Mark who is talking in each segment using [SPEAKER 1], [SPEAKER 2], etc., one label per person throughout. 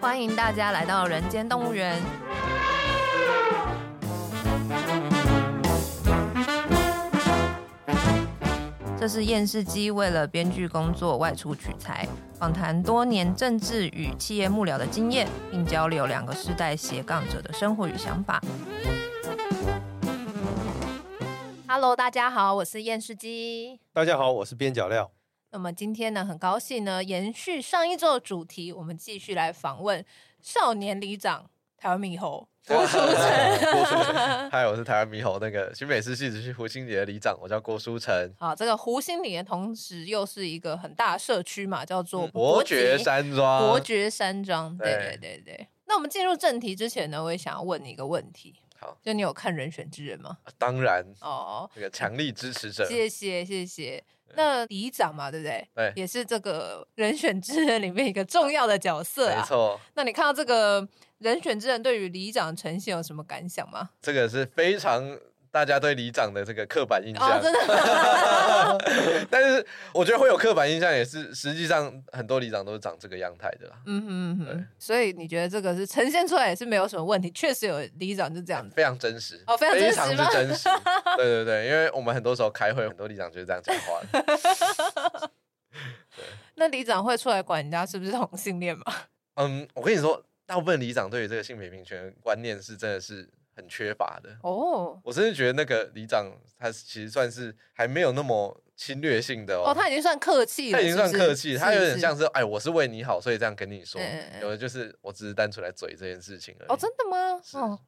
[SPEAKER 1] 欢迎大家来到人间动物园。这是验视机为了编剧工作外出取材，访谈多年政治与企业幕僚的经验，并交流两个世代斜杠者的生活与想法。Hello，大家好，我是验视机。
[SPEAKER 2] 大家好，我是边角料。
[SPEAKER 1] 那么今天呢，很高兴呢，延续上一周的主题，我们继续来访问少年里长台湾猕猴 郭书
[SPEAKER 2] 郭书
[SPEAKER 1] 成。
[SPEAKER 2] 成，嗨，我是台湾猕猴那个新美式戏子区胡心杰的里长，我叫郭书成。
[SPEAKER 1] 啊，这个湖心里的同时又是一个很大的社区嘛，叫做
[SPEAKER 2] 嗯伯爵山
[SPEAKER 1] 嗯
[SPEAKER 2] 庄，
[SPEAKER 1] 伯爵山庄，对对
[SPEAKER 2] 对
[SPEAKER 1] 对对。那我们进入正题之前呢，我也想要问你一个问题。
[SPEAKER 2] 好，
[SPEAKER 1] 就你有看《人选之人》吗？
[SPEAKER 2] 当然
[SPEAKER 1] 哦，
[SPEAKER 2] 那个强力支持者，
[SPEAKER 1] 谢谢谢谢。那里长嘛，对不对？
[SPEAKER 2] 对
[SPEAKER 1] 也是这个《人选之人》里面一个重要的角色
[SPEAKER 2] 没
[SPEAKER 1] 啊。
[SPEAKER 2] 错，
[SPEAKER 1] 那你看到这个《人选之人》对于里长呈现有什么感想吗？
[SPEAKER 2] 这个是非常大家对里长的这个刻板印
[SPEAKER 1] 哦，
[SPEAKER 2] 象。，
[SPEAKER 1] 真的
[SPEAKER 2] 但是我觉得会有刻板印象，也是实际上很多里长都是长这个样态的啦，
[SPEAKER 1] 嗯哼嗯
[SPEAKER 2] 对
[SPEAKER 1] 哼。所以你觉得这个是呈现出来也是没有什么问题，确实有里长是这样子。
[SPEAKER 2] 非常真实，
[SPEAKER 1] 哦非常真实
[SPEAKER 2] 常
[SPEAKER 1] 吗
[SPEAKER 2] 之真实。对对对，因为我们很多时候开会，很多里长就是这样讲话的。
[SPEAKER 1] 那里长会出来管人家是不是同性恋吗？
[SPEAKER 2] 嗯，我跟你说，大部分里长对于这个性别平权的观念是真的是很缺乏的。
[SPEAKER 1] 哦。
[SPEAKER 2] 我真是觉得那个里长他其实算是还没有那么侵略性的哦，
[SPEAKER 1] 哦，他已经算客气了，
[SPEAKER 2] 他已经算客气，
[SPEAKER 1] 是不是
[SPEAKER 2] 他有点。像
[SPEAKER 1] 是
[SPEAKER 2] 是哎，我是为你好，所以这样跟你说。
[SPEAKER 1] 嗯嗯嗯
[SPEAKER 2] 有的就是我只是单纯来嘴这件事情而已。
[SPEAKER 1] 哦，真的吗？
[SPEAKER 2] 是
[SPEAKER 1] 哦，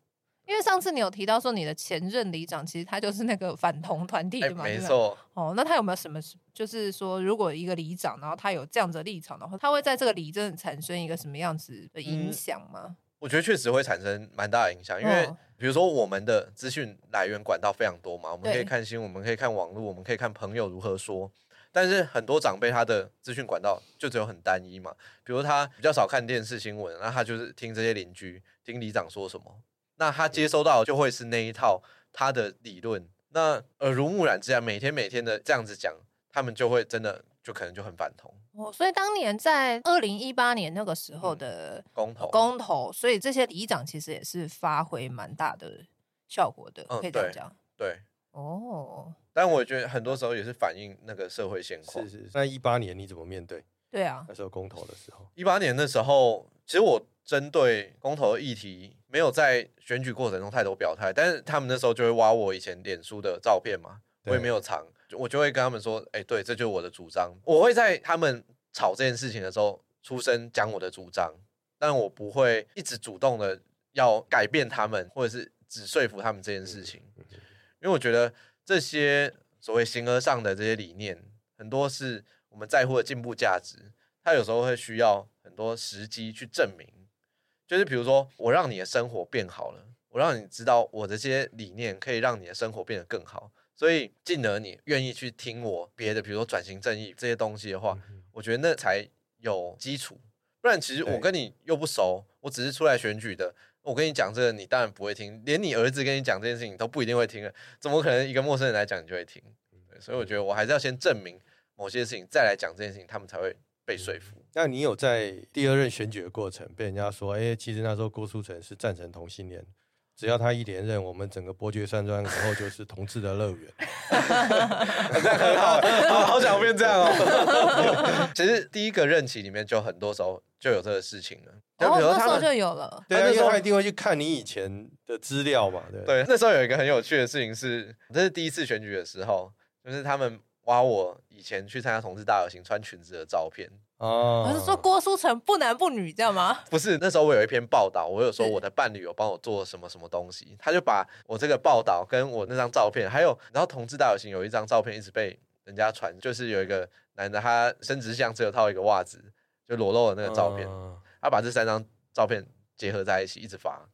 [SPEAKER 1] 因为上次你有提到说你的前任里长其实他就是那个反同团体
[SPEAKER 2] 哎，
[SPEAKER 1] 的嘛，
[SPEAKER 2] 没
[SPEAKER 1] 对吧。
[SPEAKER 2] 错，
[SPEAKER 1] 哦，那他有没有什么是，就是说，如果一个里长，然后他有这样子的立场的话，他会在这个里政产生一个什么样子的影
[SPEAKER 2] 嗯
[SPEAKER 1] 响吗？
[SPEAKER 2] 我觉得确实会产生蛮大的影响，因为
[SPEAKER 1] 嗯
[SPEAKER 2] 比如说我们的资讯来源管道非常多嘛，我们可
[SPEAKER 1] 对
[SPEAKER 2] 以看新闻，我们可以看网络，我们可以看朋友如何说。但是很多长辈他的资讯管道就只有很单一嘛，比如他比较少看电视新闻，那他就是听这些邻居、听里长说什么，那他接收到的就会是那一套他的理论。那耳濡目染之下，每天每天的这样子讲，他们就会真的就可能就很反同
[SPEAKER 1] 哦，所以当年在二零一八年那个时
[SPEAKER 2] 嗯
[SPEAKER 1] 候的
[SPEAKER 2] 公投。
[SPEAKER 1] 公投，所以这些里长其实也是发挥蛮大的效果的，
[SPEAKER 2] 嗯
[SPEAKER 1] 可以这样
[SPEAKER 2] 对
[SPEAKER 1] 讲。
[SPEAKER 2] 对，
[SPEAKER 1] 哦，
[SPEAKER 2] 但我觉得很多时候也是反映那个社会现况
[SPEAKER 3] 是。是，那一八年你怎么面对
[SPEAKER 1] 对啊，
[SPEAKER 3] 那时候公投的时候？
[SPEAKER 2] 一八年的时候，其实我针对公投的议题没有在选举过程中太多表态，但是他们那时候就会挖我以前脸书的照片嘛，我也没有藏，就我就会跟他们说，哎、对，这就是我的主张。我会在他们吵这件事情的时候出声讲我的主张，但我不会一直主动的要改变他们，或者是只说服他们这件事情，因为我觉得这些所谓形而上的这些理念，很多是我们在乎的进步价值，它有时候会需要很多时机去证明。就是比如说，我让你的生活变好了，我让你知道我的这些理念可以让你的生活变得更好，所以进而你愿意去听我别的，比如说转型正义这些东西的话，我觉得那才有基础。不然其实我
[SPEAKER 3] 对
[SPEAKER 2] 跟你又不熟，我只是出来选举的，我跟你讲这个你当然不会听，连你儿子跟你讲这件事情都不一定会听了，怎么可能一个陌生人来讲你就会听？对所以我觉得我还是要先证明某些事情，再来讲这件事情，他们才会被说服。
[SPEAKER 3] 那你有在第二任选举的过程被人家说，哎、其实那时候郭书成是赞成同性恋，只要他一连任，我们整个伯爵山庄以后就是同志的 乐园。
[SPEAKER 2] 很好，好好想变这样哦。 其实第一个任期里面就很多时候就有这个事情了，就
[SPEAKER 1] 哦，
[SPEAKER 2] 比如说
[SPEAKER 1] 那时
[SPEAKER 2] 他
[SPEAKER 1] 候
[SPEAKER 2] 们。
[SPEAKER 1] 就有了。
[SPEAKER 3] 对
[SPEAKER 2] 他
[SPEAKER 3] 啊，
[SPEAKER 2] 那
[SPEAKER 3] 因
[SPEAKER 2] 时
[SPEAKER 3] 为
[SPEAKER 2] 候
[SPEAKER 3] 他一定会去看你以前的资料嘛，对不啊对？
[SPEAKER 2] 对，那时候有一个很有趣的事情是，这是第一次选举的时候，就是他们挖我以前去参加同志大游行穿裙子的照片。
[SPEAKER 3] 哦
[SPEAKER 1] 我是说郭书成不男不女，这样吗？
[SPEAKER 2] 不是，那时候我有一篇报道，我有说
[SPEAKER 1] 是
[SPEAKER 2] 我的伴侣有帮我做什么什么东西，他就把我这个报道跟我那张照片，还有然后同志大游行有一张照片一直被人家传，就是有一个男的他生殖像只有套一个袜子，就裸露的那个照片，
[SPEAKER 3] 嗯
[SPEAKER 2] 他把这三张照片结合在一起一直发。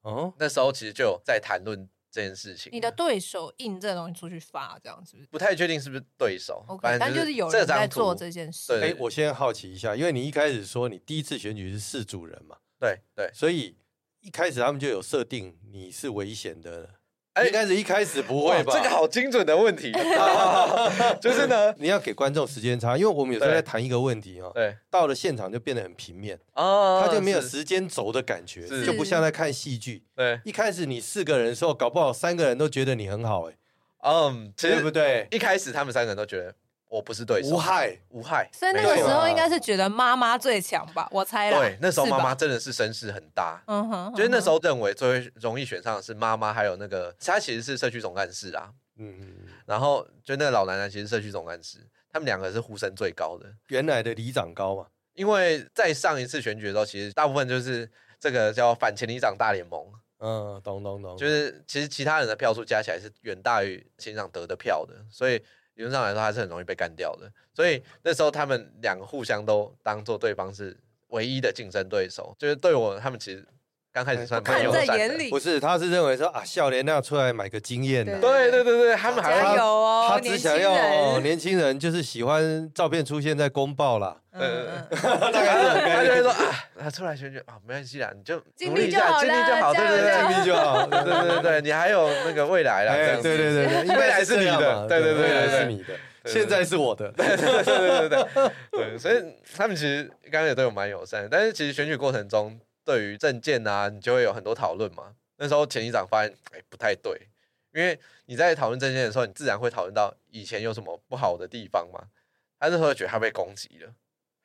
[SPEAKER 3] 哦，
[SPEAKER 2] 那时候其实就有在谈论这件事情。
[SPEAKER 1] 你的对手印这个东西出去发，这样是不是
[SPEAKER 2] 不太确定是不是对手
[SPEAKER 1] ？OK，
[SPEAKER 2] 反
[SPEAKER 1] 但
[SPEAKER 2] 正
[SPEAKER 1] 就是有
[SPEAKER 2] 这
[SPEAKER 1] 人
[SPEAKER 2] 张
[SPEAKER 1] 在
[SPEAKER 2] 图
[SPEAKER 1] 做这件事。
[SPEAKER 2] 对
[SPEAKER 3] 哎、我先好奇一下，因为你一开始说你第一次选举是市主人嘛，
[SPEAKER 2] 对对
[SPEAKER 3] 所以一开始他们就有设定你是危险的
[SPEAKER 2] 哎
[SPEAKER 3] 应该是一开始不会吧？
[SPEAKER 2] 哇这个 好精准的问题，啊就是呢，
[SPEAKER 3] 你要给观众时间差，因为我们有时候在谈一个问题哦，
[SPEAKER 2] 对
[SPEAKER 3] 到了现场就变得很平面，
[SPEAKER 2] 啊
[SPEAKER 3] 它就没有
[SPEAKER 2] 是
[SPEAKER 3] 时间轴的感觉，
[SPEAKER 2] 是
[SPEAKER 3] 就不像在看戏剧。
[SPEAKER 2] 对，
[SPEAKER 3] 一开始你四个人的时候，搞不好三个人都觉得你很好，哎，
[SPEAKER 2] 嗯，其
[SPEAKER 3] 对不
[SPEAKER 2] 实
[SPEAKER 3] 对？
[SPEAKER 2] 一开始他们三个人都觉得我不是对手，
[SPEAKER 3] 无害，
[SPEAKER 2] 无害，
[SPEAKER 1] 所以那个
[SPEAKER 2] 没
[SPEAKER 1] 时
[SPEAKER 2] 错
[SPEAKER 1] 候应该是觉得妈妈最强吧，我猜啦。
[SPEAKER 2] 对，那时候
[SPEAKER 1] 是吧
[SPEAKER 2] 妈妈，真的是声势很大。
[SPEAKER 1] 嗯哼，
[SPEAKER 2] 就是那时
[SPEAKER 1] 候，
[SPEAKER 2] 候认为最容易选上的是妈妈，还有那个他其实是社区总干事啊，
[SPEAKER 3] 嗯，
[SPEAKER 2] 然后就那个老奶奶其实是社区总干事，他们两个是呼声最高的。
[SPEAKER 3] 原来的里长高嘛，
[SPEAKER 2] 因为在上一次选举的时候，其实大部分就是这个叫反前里长大联盟，
[SPEAKER 3] 嗯，懂懂懂，
[SPEAKER 2] 就是其实其他人的票数加起来是远大于前里长得的票的，所以理论上来说他是很容易被干掉的。所以那时候他们两个互相都当做对方是唯一的竞争对手，就是对我他们其实刚开始算蛮
[SPEAKER 1] 哎嗯看
[SPEAKER 2] 友
[SPEAKER 1] 在
[SPEAKER 2] 善的。
[SPEAKER 1] 眼里
[SPEAKER 3] 不是，他是认为说啊，笑莲那出来买个经验啊呐
[SPEAKER 1] 对。
[SPEAKER 2] 对对对对，他们还
[SPEAKER 1] 加
[SPEAKER 2] 会
[SPEAKER 1] 油哦，
[SPEAKER 3] 他只想
[SPEAKER 1] 年轻
[SPEAKER 2] 哦
[SPEAKER 3] 要哦
[SPEAKER 1] 人
[SPEAKER 3] 年轻人，就是喜欢照片出现在公报啦。
[SPEAKER 1] 嗯嗯嗯
[SPEAKER 2] 他 就会说啊，他出来选举啊，没关系啦，你就
[SPEAKER 1] 尽
[SPEAKER 2] 努
[SPEAKER 1] 力
[SPEAKER 2] 力一
[SPEAKER 1] 就
[SPEAKER 2] 下，
[SPEAKER 1] 好
[SPEAKER 2] 尽力
[SPEAKER 1] 啦
[SPEAKER 2] 就好，
[SPEAKER 1] 加
[SPEAKER 2] 对对
[SPEAKER 1] 油
[SPEAKER 2] 对
[SPEAKER 1] 加
[SPEAKER 2] 对
[SPEAKER 1] 油
[SPEAKER 3] 尽力就好。
[SPEAKER 2] 对对对对，你还有那个未来啦，这
[SPEAKER 3] 哎，
[SPEAKER 2] 样子
[SPEAKER 3] 对对对对，应
[SPEAKER 2] 未
[SPEAKER 3] 该
[SPEAKER 2] 来
[SPEAKER 3] 是
[SPEAKER 2] 是你
[SPEAKER 3] 这样
[SPEAKER 2] 的
[SPEAKER 3] 嘛
[SPEAKER 2] 对对对
[SPEAKER 3] 未来
[SPEAKER 2] 对
[SPEAKER 3] 是
[SPEAKER 2] 对
[SPEAKER 3] 你的，
[SPEAKER 2] 对
[SPEAKER 3] 现在是我的。
[SPEAKER 2] 对对对对对对对，所以他们其实刚刚也对我蛮友善，但是其实选举过程中，对于政见啊，你就会有很多讨论嘛。那时候前一长发现，哎、不太对，因为你在讨论政见的时候，你自然会讨论到以前有什么不好的地方嘛。他那时候觉得他被攻击了，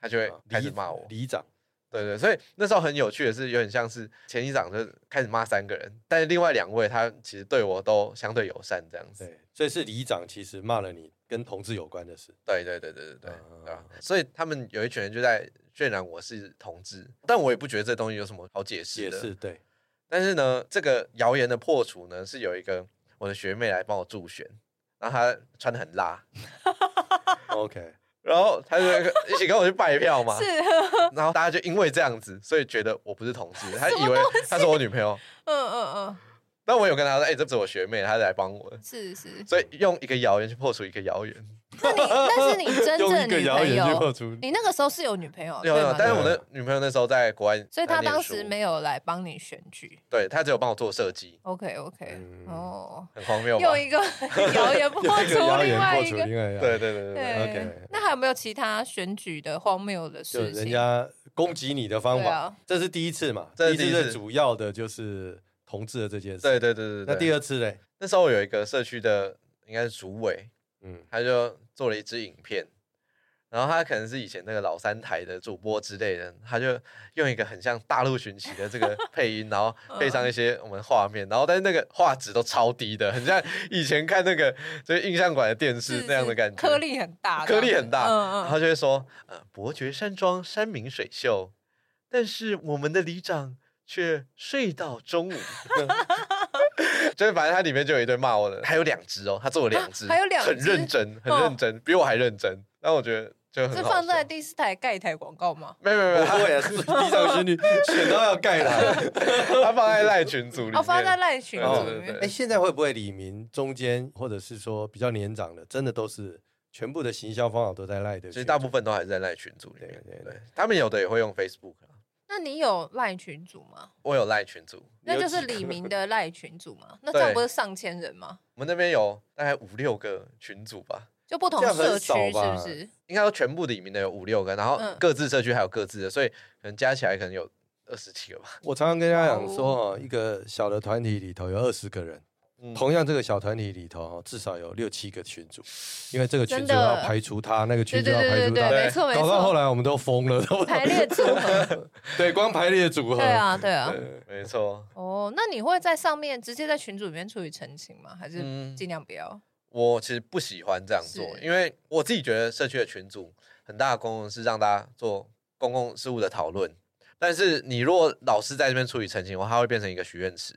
[SPEAKER 2] 他就
[SPEAKER 3] 啊
[SPEAKER 2] 会开始骂我。
[SPEAKER 3] 里长，
[SPEAKER 2] 对对，所以那时候很有趣的是，有点像是前一长就开始骂三个人，但是另外两位他其实对我都相对友善这样子。
[SPEAKER 3] 对，所以是里长其实骂了你跟同志有关的事。
[SPEAKER 2] 对对对对对对，
[SPEAKER 3] 嗯
[SPEAKER 2] 对吧？啊所以他们有一群人就在渲染我是同志，但我也不觉得这东西有什么好解释
[SPEAKER 3] 也
[SPEAKER 2] 的。
[SPEAKER 3] 是对，
[SPEAKER 2] 但是呢，这个谣言的破除呢，是有一个我的学妹来帮我助选，然后她穿的很辣，
[SPEAKER 3] OK，
[SPEAKER 2] 然后她就 一起跟我去拜票嘛，
[SPEAKER 1] 是，哦
[SPEAKER 2] 然后大家就因为这样子，所以觉得我不是同志，她以为她是我女朋友。
[SPEAKER 1] 嗯嗯嗯，
[SPEAKER 2] 但我有跟她说，哎、这不是我学妹，她是来帮我的，
[SPEAKER 1] 是是。
[SPEAKER 2] 所以用一个谣言去破除一个谣言。
[SPEAKER 1] 那你那是你真正
[SPEAKER 3] 用
[SPEAKER 1] 的
[SPEAKER 3] 一个
[SPEAKER 1] 女
[SPEAKER 3] 谣
[SPEAKER 1] 朋
[SPEAKER 3] 言去破
[SPEAKER 1] 友，
[SPEAKER 3] 除。
[SPEAKER 1] 你那个时候是有女朋友
[SPEAKER 2] 有
[SPEAKER 1] 哦对
[SPEAKER 2] 有
[SPEAKER 1] 吗，？
[SPEAKER 2] 但是我
[SPEAKER 3] 对
[SPEAKER 2] 的女朋友那时候在国外念书，
[SPEAKER 1] 所以她当时没有来帮你选举。
[SPEAKER 2] 对，她只有帮我做设计，
[SPEAKER 1] OK OK，
[SPEAKER 3] 嗯
[SPEAKER 1] 哦，
[SPEAKER 2] 很荒谬吧？
[SPEAKER 1] 又 一个谣言破
[SPEAKER 3] 用一
[SPEAKER 1] 除
[SPEAKER 3] 个谣
[SPEAKER 1] 另
[SPEAKER 3] 言
[SPEAKER 1] 外
[SPEAKER 3] 破
[SPEAKER 1] 一
[SPEAKER 3] 除
[SPEAKER 1] 个，
[SPEAKER 3] 另外一个，
[SPEAKER 2] 对，对对对对，
[SPEAKER 1] 对
[SPEAKER 3] OK
[SPEAKER 1] 那还有没有其他选举的荒谬的
[SPEAKER 3] 就
[SPEAKER 1] 事情？
[SPEAKER 3] 人家攻击你的方
[SPEAKER 1] 对
[SPEAKER 3] 法
[SPEAKER 1] 啊，
[SPEAKER 3] 这是第一次嘛？
[SPEAKER 2] 这
[SPEAKER 3] 第
[SPEAKER 2] 是
[SPEAKER 3] 一
[SPEAKER 2] 第一
[SPEAKER 3] 次最
[SPEAKER 2] 次
[SPEAKER 3] 主要的就是同志的这件事。
[SPEAKER 2] 对对对对。
[SPEAKER 3] 那第
[SPEAKER 2] 二，
[SPEAKER 3] 二次嘞？
[SPEAKER 2] 那时候有一个社区的应该是主委，
[SPEAKER 3] 嗯，
[SPEAKER 2] 他就做了一支影片，然后他可能是以前那个老三台的主播之类的，他就用一个很像大陆巡奇的这个 配音，然后配上一些我们画面，然后但是那个画质都超低的，很像以前看那个就是印象馆的电视那样的感觉，
[SPEAKER 1] 颗粒很大，
[SPEAKER 2] 颗粒很大，
[SPEAKER 1] 嗯
[SPEAKER 2] 然
[SPEAKER 1] 嗯，
[SPEAKER 2] 后就会说，呃，伯爵山庄山明水秀，但是我们的里长却睡到中午。 就是反正它里面就有一堆骂我的，还有两只哦，他做了两只、
[SPEAKER 1] 啊还有两只
[SPEAKER 2] 很认真，很
[SPEAKER 1] 哦
[SPEAKER 2] 认真，比我还认真。但我觉得就很
[SPEAKER 1] 这
[SPEAKER 2] 好
[SPEAKER 1] 嗯放在
[SPEAKER 2] 笑
[SPEAKER 1] 第四台盖台广告吗？
[SPEAKER 2] 没有没 有没
[SPEAKER 3] 不
[SPEAKER 2] 有， 他
[SPEAKER 3] 会啊，是里 长选女选到要盖了。
[SPEAKER 2] 他放在赖群组里面，
[SPEAKER 1] 哦，放在赖群
[SPEAKER 2] 对
[SPEAKER 1] 组
[SPEAKER 2] 对
[SPEAKER 1] 里
[SPEAKER 2] 对
[SPEAKER 1] 面
[SPEAKER 3] 哎，现在会不会李明中间或者是说比较年长的，真的都是全部的行销方法都在赖的？
[SPEAKER 2] 其实大部分都还是在赖群组里面。
[SPEAKER 3] 对对对
[SPEAKER 2] 对，他们有的也会用 Facebook，啊
[SPEAKER 1] 那你有赖群组吗？
[SPEAKER 2] 我有赖群组，
[SPEAKER 3] 你
[SPEAKER 1] 那
[SPEAKER 3] 有
[SPEAKER 1] 就
[SPEAKER 3] 几
[SPEAKER 1] 是
[SPEAKER 3] 个
[SPEAKER 1] 李 明的赖群组嘛？那这样不是上千人吗？
[SPEAKER 2] 我们那边有大概五六个群组吧。
[SPEAKER 1] 就不同
[SPEAKER 3] 这样很
[SPEAKER 1] 社区是
[SPEAKER 3] 少吧
[SPEAKER 1] 不是？
[SPEAKER 2] 应该说全部里面的有五六个，然后
[SPEAKER 1] 嗯
[SPEAKER 2] 各自社区还有各自的，所以可能加起来可能有二十几个吧。
[SPEAKER 3] 我常常跟大家讲说，哦，一个小的团体里头有二十个人，
[SPEAKER 2] 嗯
[SPEAKER 3] 同样这个小团体里头哦至少有六七个群主，因为这个群
[SPEAKER 1] 真
[SPEAKER 3] 主
[SPEAKER 1] 的
[SPEAKER 3] 要排除他，那个群
[SPEAKER 1] 对
[SPEAKER 3] 主
[SPEAKER 1] 对
[SPEAKER 3] 要排
[SPEAKER 1] 对对
[SPEAKER 3] 除
[SPEAKER 1] 对，
[SPEAKER 3] 他，
[SPEAKER 1] 没错没
[SPEAKER 3] 搞到后
[SPEAKER 1] 错，
[SPEAKER 3] 来我们都疯了，都
[SPEAKER 1] 排列组合，
[SPEAKER 3] 对，光排列组合，
[SPEAKER 1] 对啊对啊。
[SPEAKER 2] 对，没错。
[SPEAKER 1] 哦，那你会在上面直接在群组里面处理澄清吗？还是
[SPEAKER 2] 嗯，
[SPEAKER 1] 尽量不要？
[SPEAKER 2] 我其实不喜欢这样做，
[SPEAKER 1] 是
[SPEAKER 2] 因为我自己觉得社区的群组很大的功能是让大家做公共事务的讨论，但是你如果老是在这边处理澄清的话，它会变成一个许愿池。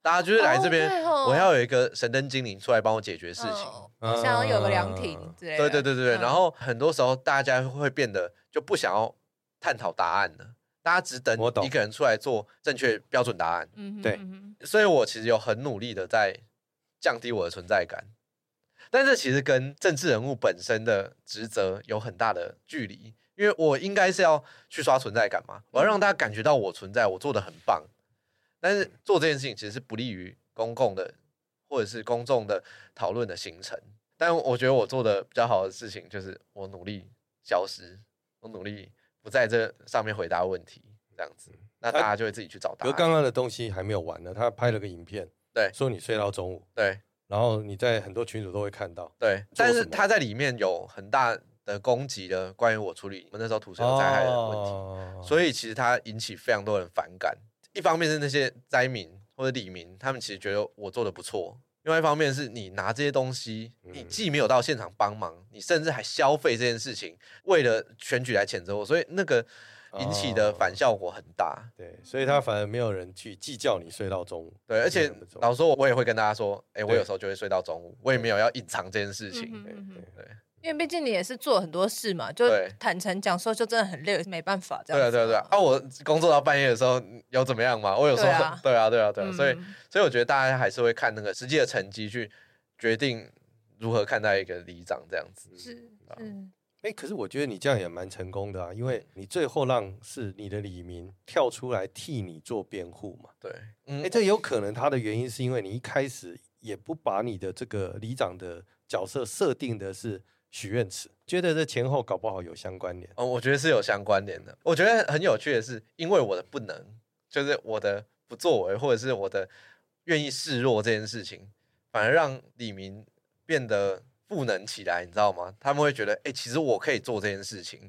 [SPEAKER 2] 大家就是来这边，
[SPEAKER 1] 哦对哦
[SPEAKER 2] 我要有一个神灯精灵出来帮我解决事情。
[SPEAKER 1] 哦我想要有个凉亭之类的。
[SPEAKER 2] 对对对对对，
[SPEAKER 1] 嗯
[SPEAKER 2] 然后很多时候大家会变得就不想要探讨答案了，大家只等
[SPEAKER 3] 我懂
[SPEAKER 2] 一个人出来做正确标准答案。
[SPEAKER 1] 嗯哼
[SPEAKER 3] 对
[SPEAKER 1] 嗯哼
[SPEAKER 2] 所以我其实有很努力的在降低我的存在感，但这其实跟政治人物本身的职责有很大的距离，因为我应该是要去刷存在感嘛，我要让大家感觉到我存在，我做的很棒，但是做这件事情其实是不利于公共的或者是公众的讨论的形成。但我觉得我做的比较好的事情就是我努力消失，我努力不在这上面回答问题，这样子，那大家就会自己去找答
[SPEAKER 3] 可是
[SPEAKER 2] 案。
[SPEAKER 3] 刚刚的东西还没有完呢，他拍了个影片，
[SPEAKER 2] 对
[SPEAKER 3] 说你睡到中午，
[SPEAKER 2] 对
[SPEAKER 3] 然后你在很多群组都会看到。
[SPEAKER 2] 对，
[SPEAKER 3] 做
[SPEAKER 2] 但
[SPEAKER 3] 什
[SPEAKER 2] 是
[SPEAKER 3] 么
[SPEAKER 2] 他在里面有很大的攻击的关于我处理我们那时候土石流灾害的问题，
[SPEAKER 3] 哦
[SPEAKER 2] 所以其实它引起非常多人反感。一方面是那些灾民或者里民，他们其实觉得我做的不错；，另外一方面是你拿这些东西，你
[SPEAKER 3] 嗯
[SPEAKER 2] 既没有到现场帮忙，你甚至还消费这件事情，为了选举来谴责我，所以那个引起的
[SPEAKER 3] 哦
[SPEAKER 2] 反效果很大。
[SPEAKER 3] 对，所以他反而没有人去计较你睡到中午。
[SPEAKER 2] 对，而且
[SPEAKER 3] 这样子
[SPEAKER 2] 老实说，我也会跟大家说，哎、我
[SPEAKER 3] 对
[SPEAKER 2] 有时候就会睡到中午，我也没有要隐藏这件事情。
[SPEAKER 1] 嗯
[SPEAKER 3] 对
[SPEAKER 1] 哼嗯
[SPEAKER 3] 对
[SPEAKER 1] 哼因为毕竟你也是做很多事嘛，就
[SPEAKER 2] 对
[SPEAKER 1] 坦诚讲说，就真的很累，没办法这
[SPEAKER 2] 对啊，
[SPEAKER 1] 样子嘛。
[SPEAKER 2] 对啊，对啊！啊，我工作到半夜的时候嗯有怎么样吗？我有时候
[SPEAKER 1] 对啊
[SPEAKER 2] 对啊，对啊，对啊，
[SPEAKER 1] 嗯
[SPEAKER 2] 所以所以我觉得大家还是会看那个实际的成绩去决定如何看待一个里长这样子。
[SPEAKER 1] 是
[SPEAKER 2] 啊
[SPEAKER 1] 是，
[SPEAKER 3] 哎，可是我觉得你这样也蛮成功的啊，因为你最后让是你的李明跳出来替你做辩护嘛。
[SPEAKER 2] 对，嗯
[SPEAKER 3] 哎，，这有可能他的原因是因为你一开始也不把你的这个里长的角色设定的是许愿池，觉得这前后搞不好有相关联。
[SPEAKER 2] 哦，我觉得是有相关联的。我觉得很有趣的是，因为我的不能，就是我的不作为，或者是我的愿意示弱这件事情，反而让李明变得赋能起来，你知道吗？他们会觉得，哎、其实我可以做这件事情，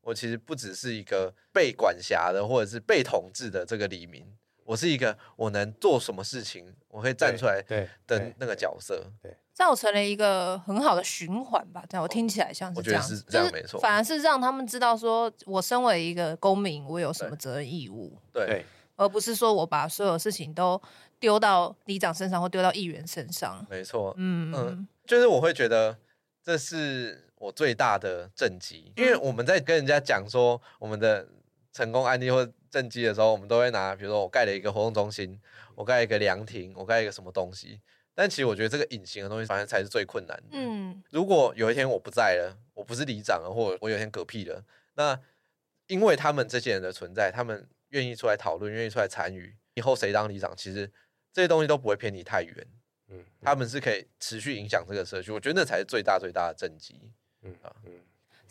[SPEAKER 2] 我其实不只是一个被管辖的，或者是被统治的这个李明，我是一个我能做什么事情，我可以站出来
[SPEAKER 3] 对
[SPEAKER 2] 的那个角色。
[SPEAKER 1] 造成了一个很好的循环吧。这样我听起来像
[SPEAKER 2] 我
[SPEAKER 1] 是
[SPEAKER 2] 觉
[SPEAKER 1] 这
[SPEAKER 2] 得
[SPEAKER 1] 样，
[SPEAKER 2] 是
[SPEAKER 1] 就
[SPEAKER 2] 这样没错
[SPEAKER 1] 反而是让他们知道说，我身为一个公民，我有什么责任义务，
[SPEAKER 2] 对，
[SPEAKER 3] 对
[SPEAKER 1] 而不是说我把所有事情都丢到里长身上或丢到议员身上。
[SPEAKER 2] 没错。
[SPEAKER 1] 嗯
[SPEAKER 2] 嗯，就是我会觉得这是我最大的政绩，因为我们在跟人家讲说我们的成功案例或政绩的时候，我们都会拿，比如说我盖了一个活动中心，我盖了一个凉亭，我盖了一个什么东西。但其实我觉得这个隐形的东西，反正才是最困难的。嗯，
[SPEAKER 1] 嗯，
[SPEAKER 2] 如果有一天我不在了，我不是里长了，或者我有一天嗝屁了，那因为他们这些人的存在，他们愿意出来讨论，愿意出来参与，以后谁当里长，其实这些东西都不会偏离太远。
[SPEAKER 3] 嗯，
[SPEAKER 2] 他们是可以持续影响这个社区，我觉得那才是最大最大的政绩。
[SPEAKER 3] 嗯
[SPEAKER 2] 啊
[SPEAKER 3] 嗯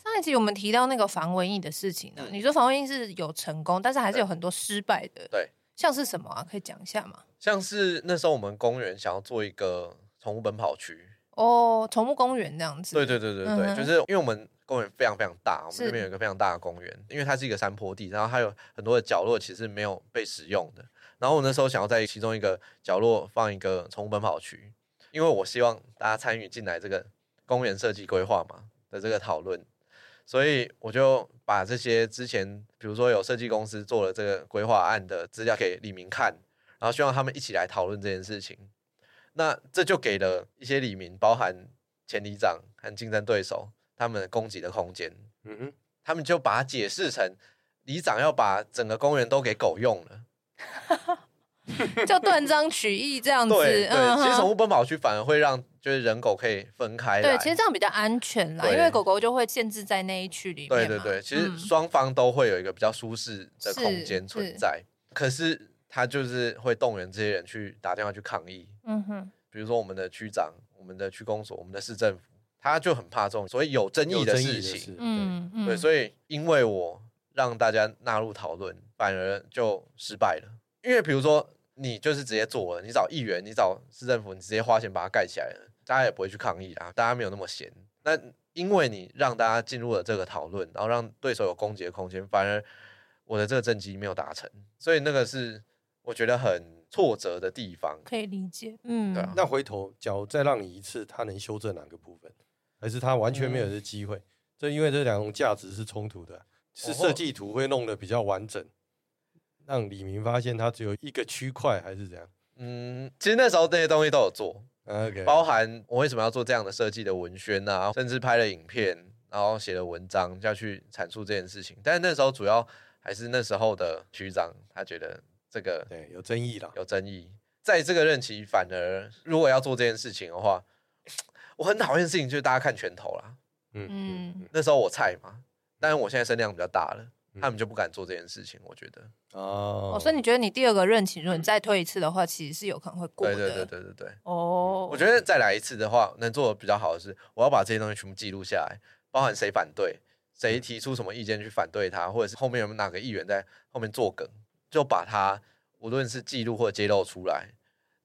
[SPEAKER 1] 上一集我们提到那个防蚊疫的事情
[SPEAKER 2] 嗯
[SPEAKER 1] 呢、你说防蚊疫是有成功，但是还是有很多失败的。
[SPEAKER 2] 对，
[SPEAKER 1] 像是什么啊？可以讲一下吗？
[SPEAKER 2] 像是那时候我们公园想要做一个宠物奔跑区，
[SPEAKER 1] 哦，宠物公园那样子。
[SPEAKER 2] 对对对对对，
[SPEAKER 1] 嗯哼
[SPEAKER 2] 就是因为我们公园非常非常大，我们
[SPEAKER 1] 是
[SPEAKER 2] 这边有一个非常大的公园，因为它是一个山坡地，然后它有很多的角落其实没有被使用的。然后我那时候想要在其中一个角落放一个宠物奔跑区，因为我希望大家参与进来这个公园设计规划嘛的这个讨论，所以我就把这些之前比如说有设计公司做了这个规划案的资料给李明看，然后希望他们一起来讨论这件事情。那这就给了一些李明，包含前里长和竞争对手他们攻击的空间，
[SPEAKER 3] 嗯哼，
[SPEAKER 2] 他们就把它解释成里长要把整个公园都给狗用了。
[SPEAKER 1] 就断章取义这样子。
[SPEAKER 2] 对
[SPEAKER 1] 嗯
[SPEAKER 2] 对，其实
[SPEAKER 1] 哼
[SPEAKER 2] 宠物奔跑区反而会让就是人狗可以分开来。
[SPEAKER 1] 对，其实这样比较安全啦，
[SPEAKER 2] 对
[SPEAKER 1] 因为狗狗就会限制在那一区里面
[SPEAKER 2] 对
[SPEAKER 1] 嘛。
[SPEAKER 2] 对对，其实
[SPEAKER 1] 嗯
[SPEAKER 2] 双方都会有一个比较舒适的空间
[SPEAKER 1] 是
[SPEAKER 2] 存
[SPEAKER 1] 是
[SPEAKER 2] 在。可是他就是会动员这些人去打电话去抗议，
[SPEAKER 1] 嗯哼，
[SPEAKER 2] 比如说我们的区长、我们的区公所、我们的市政府，他就很怕这种所以有争议
[SPEAKER 3] 有
[SPEAKER 2] 的
[SPEAKER 3] 争
[SPEAKER 2] 事
[SPEAKER 3] 议的
[SPEAKER 2] 情。
[SPEAKER 3] 事，嗯，
[SPEAKER 1] 嗯嗯，
[SPEAKER 2] 对，所以因为我让大家纳入讨论，反而就失败了。因为比如说你就是直接做了，你找议员，你找市政府，你直接花钱把它盖起来了，大家也不会去抗议啊啦，大家没有那么闲。那因为你让大家进入了这个讨论，然后让对手有攻击的空间，反而我的这个政绩没有达成，所以那个是我觉得很挫折的地方。
[SPEAKER 1] 可以理解。嗯，
[SPEAKER 2] 对啊
[SPEAKER 3] 那回头假如再让你一次，他能修正哪个部分，还是他完全没有
[SPEAKER 2] 嗯
[SPEAKER 3] 这机会？这因为这两种价值是冲突的，是
[SPEAKER 2] 哦
[SPEAKER 3] 设计图会弄得比较完整，让李明发现他只有一个区块，还是怎样
[SPEAKER 2] 嗯，其实那时候这些东西都有做，
[SPEAKER 3] ？OK，
[SPEAKER 2] 包含我为什么要做这样的设计的文宣啊，甚至拍了影片，然后写了文章，要去阐述这件事情。但是那时候主要还是那时候的区长，他觉得这个
[SPEAKER 3] 对有争议啦。
[SPEAKER 2] 有争议，在这个任期反而如果要做这件事情的话，我很讨厌的事情就是大家看拳头啦。
[SPEAKER 3] 嗯
[SPEAKER 1] 嗯
[SPEAKER 3] 嗯
[SPEAKER 2] 那时候我菜嘛，但是我现在声量比较大了，他们就不敢做这件事情。我觉得，
[SPEAKER 3] 哦
[SPEAKER 1] 哦，所以你觉得你第二个任期，如果你再推一次的话，其实是有可能会过
[SPEAKER 2] 对
[SPEAKER 1] 的。
[SPEAKER 2] 对对对对对，
[SPEAKER 1] 哦，
[SPEAKER 2] 我觉得再来一次的话，能做的比较好的是，我要把这些东西全部记录下来，包含谁反对，谁提出什么意见去反对他，或者是后面有没有哪个议员在后面作梗，就把它无论是记录或揭露出来，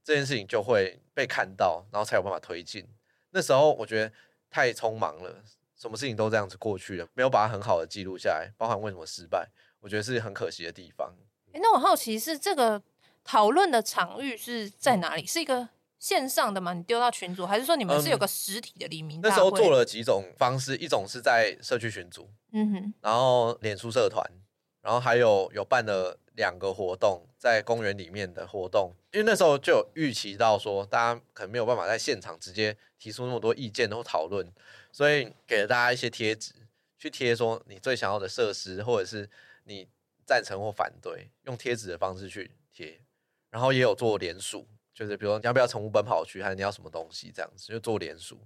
[SPEAKER 2] 这件事情就会被看到，然后才有办法推进。那时候我觉得太匆忙了，什么事情都这样子过去了，没有把它很好的记录下来，包含为什么失败，我觉得是很可惜的地方。
[SPEAKER 1] 诶那我好奇是这个讨论的场域是
[SPEAKER 2] 嗯
[SPEAKER 1] 在哪里？是一个线上的吗？你丢到群组，还是说你们是有个实体的黎明大
[SPEAKER 2] 嗯那
[SPEAKER 1] 会？
[SPEAKER 2] 时候做，了几种方式，一种是在社区群组，
[SPEAKER 1] 嗯哼，
[SPEAKER 2] 然后脸书社团，然后还有有办了两个活动，在公园里面的活动，因为那时候就有预期到说，大家可能没有办法在现场直接提出那么多意见或讨论，所以给了大家一些贴纸，去贴说你最想要的设施，或者是你赞成或反对，用贴纸的方式去贴，然后也有做联署，就是比如说你要不要宠物奔跑区，还是你要什么东西这样子，就做联署，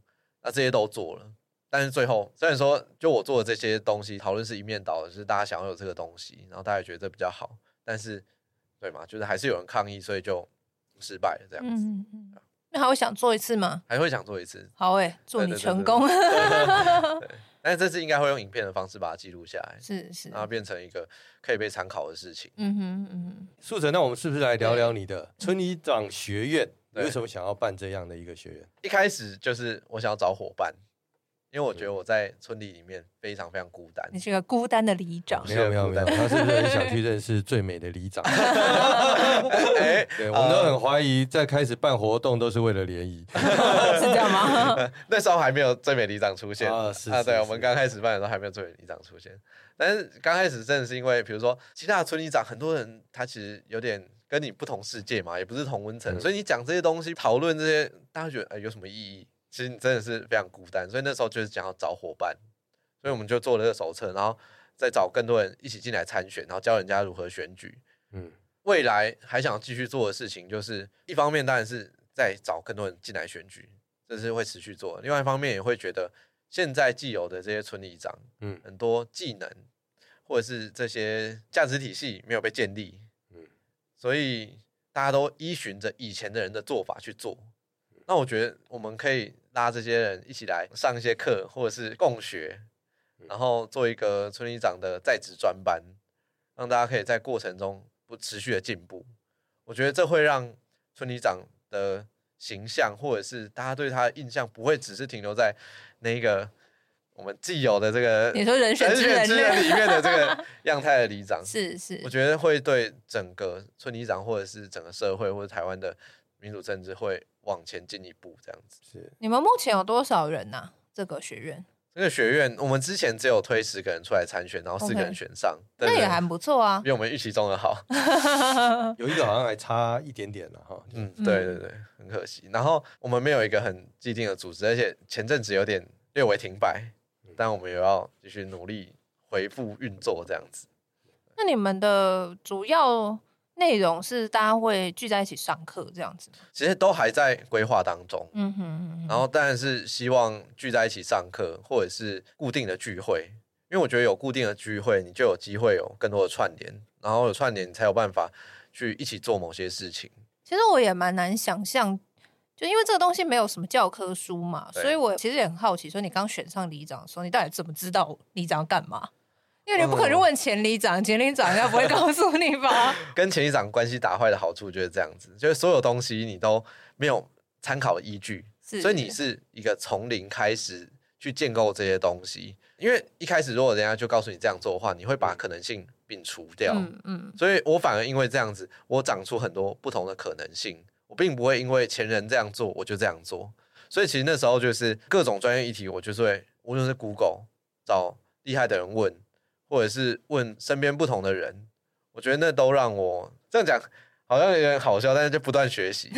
[SPEAKER 2] 那这些都做了。但是最后，虽然说就我做的这些东西，讨论是一面倒的，就是大家想要有这个东西，然后大家也觉得这比较好，但是对嘛，就是还是有人抗议，所以就失败了这样子，
[SPEAKER 1] 嗯嗯嗯，那还会想做一次吗？
[SPEAKER 2] 还会想做一次。
[SPEAKER 1] 好诶、祝你
[SPEAKER 2] 对对对
[SPEAKER 1] 成功。
[SPEAKER 2] 对， 但是这次应该会用影片的方式把它记录下 来，
[SPEAKER 1] 是是，
[SPEAKER 2] 然后变成一个可以被参考的事情。
[SPEAKER 1] 嗯哼嗯
[SPEAKER 3] 素成，那我们是不是来聊聊你的村里长学院？你
[SPEAKER 2] 对
[SPEAKER 3] 为什么想要办这样的一个学院？
[SPEAKER 2] 一开始就是我想要找伙伴，因为我觉得我在村里里面非常非常孤单
[SPEAKER 1] 哼，你。是个孤单的里
[SPEAKER 2] 哦
[SPEAKER 1] 长
[SPEAKER 3] 没。有没有没有，他是不是很想去认识最美的里长？
[SPEAKER 2] 哎
[SPEAKER 3] 对，我们都很怀疑，在开始办活动都是为了联谊。
[SPEAKER 1] 是这样吗？
[SPEAKER 2] 那时候还没有最美里长出现
[SPEAKER 3] 啊是
[SPEAKER 2] 对
[SPEAKER 3] 是
[SPEAKER 2] 我们
[SPEAKER 3] 是
[SPEAKER 2] 刚开始办的时候还没有最美里长出现，但是刚开始真的是因为，比如说其他的村里长，很多人他其实有点跟你不同世界嘛，也不是同温层，
[SPEAKER 3] 嗯
[SPEAKER 2] 所以你讲这些东西，讨论这些，大家觉得哎、有什么意义？其实你真的是非常孤单，所以那时候就是想要找伙伴，所以我们就做了这个手册，然后再找更多人一起进来参选，然后教人家如何选举，
[SPEAKER 3] 嗯，
[SPEAKER 2] 未来还想继续做的事情，就是一方面当然是在找更多人进来选举，这是会持续做的；另外一方面也会觉得现在既有的这些村里长，
[SPEAKER 3] 嗯
[SPEAKER 2] 嗯，很多技能或者是这些价值体系没有被建立，
[SPEAKER 3] 嗯
[SPEAKER 2] 嗯，所以大家都依循着以前的人的做法去做。那我觉得我们可以拉这些人一起来上一些课，或者是共学，然后做一个村里长的在职专班，让大家可以在过程中不持续的进步。我觉得这会让村里长的形象，或者是大家对他的印象，不会只是停留在那个我们既有的这个
[SPEAKER 1] 你说人选
[SPEAKER 2] 人
[SPEAKER 1] 之
[SPEAKER 2] 选
[SPEAKER 1] 人。
[SPEAKER 2] 之人里面的这个样态的里长
[SPEAKER 1] 是是
[SPEAKER 2] 我，觉得会对整个村里长，或者是整个社会，或者台湾的民主政治会往前进一步，这样子。
[SPEAKER 3] 是
[SPEAKER 1] 你们目前有多少人呐、这个学院
[SPEAKER 2] 这个学院，我们之前只有推十个人出来参选，然后四个
[SPEAKER 1] OK
[SPEAKER 2] 人选上对
[SPEAKER 1] 那也
[SPEAKER 2] 对
[SPEAKER 1] 还不错啊。
[SPEAKER 2] 比我们预期中的好。
[SPEAKER 3] 有一个好像还差一点点了哈。
[SPEAKER 2] 嗯，
[SPEAKER 1] 嗯
[SPEAKER 2] 对对对，很可惜。然后我们没有一个很既定的组织，而且前阵子有点略微停摆，但我们也要继续努力恢复运作这样子。
[SPEAKER 1] 那你们的主要内容是大家会聚在一起上课这样子吗？
[SPEAKER 2] 其实都还在规划当中，
[SPEAKER 1] 嗯哼
[SPEAKER 2] 然后当然是希望聚在一起上课，或者是固定的聚会，因为我觉得有固定的聚会，你就有机会有更多的串联，然后有串联，你才有办法去一起做某些事情。
[SPEAKER 1] 其实我也蛮难想象，就因为这个东西没有什么教科书嘛，
[SPEAKER 2] 对
[SPEAKER 1] 所以我其实也很好奇，说你刚选上里长的时候，你到底怎么知道里长要干嘛？因为你不可能问前里长，前里长应该不会告诉你吧？
[SPEAKER 2] 跟前一长关系打坏的好处就是这样子，就是所有东西你都没有参考依据，
[SPEAKER 1] 是
[SPEAKER 2] 所以你是一个从零开始去建构这些东西。因为一开始如果人家就告诉你这样做的话，你会把可能性摒除掉。
[SPEAKER 1] 嗯嗯，
[SPEAKER 2] 所以我反而因为这样子，我长出很多不同的可能性。我并不会因为前人这样做，我就这样做。所以其实那时候就是各种专业议题，我就是会无论是 Google 找厉害的人问，或者是问身边不同的人，我觉得那都让我这样讲好像有点好笑，但是就不断 学习。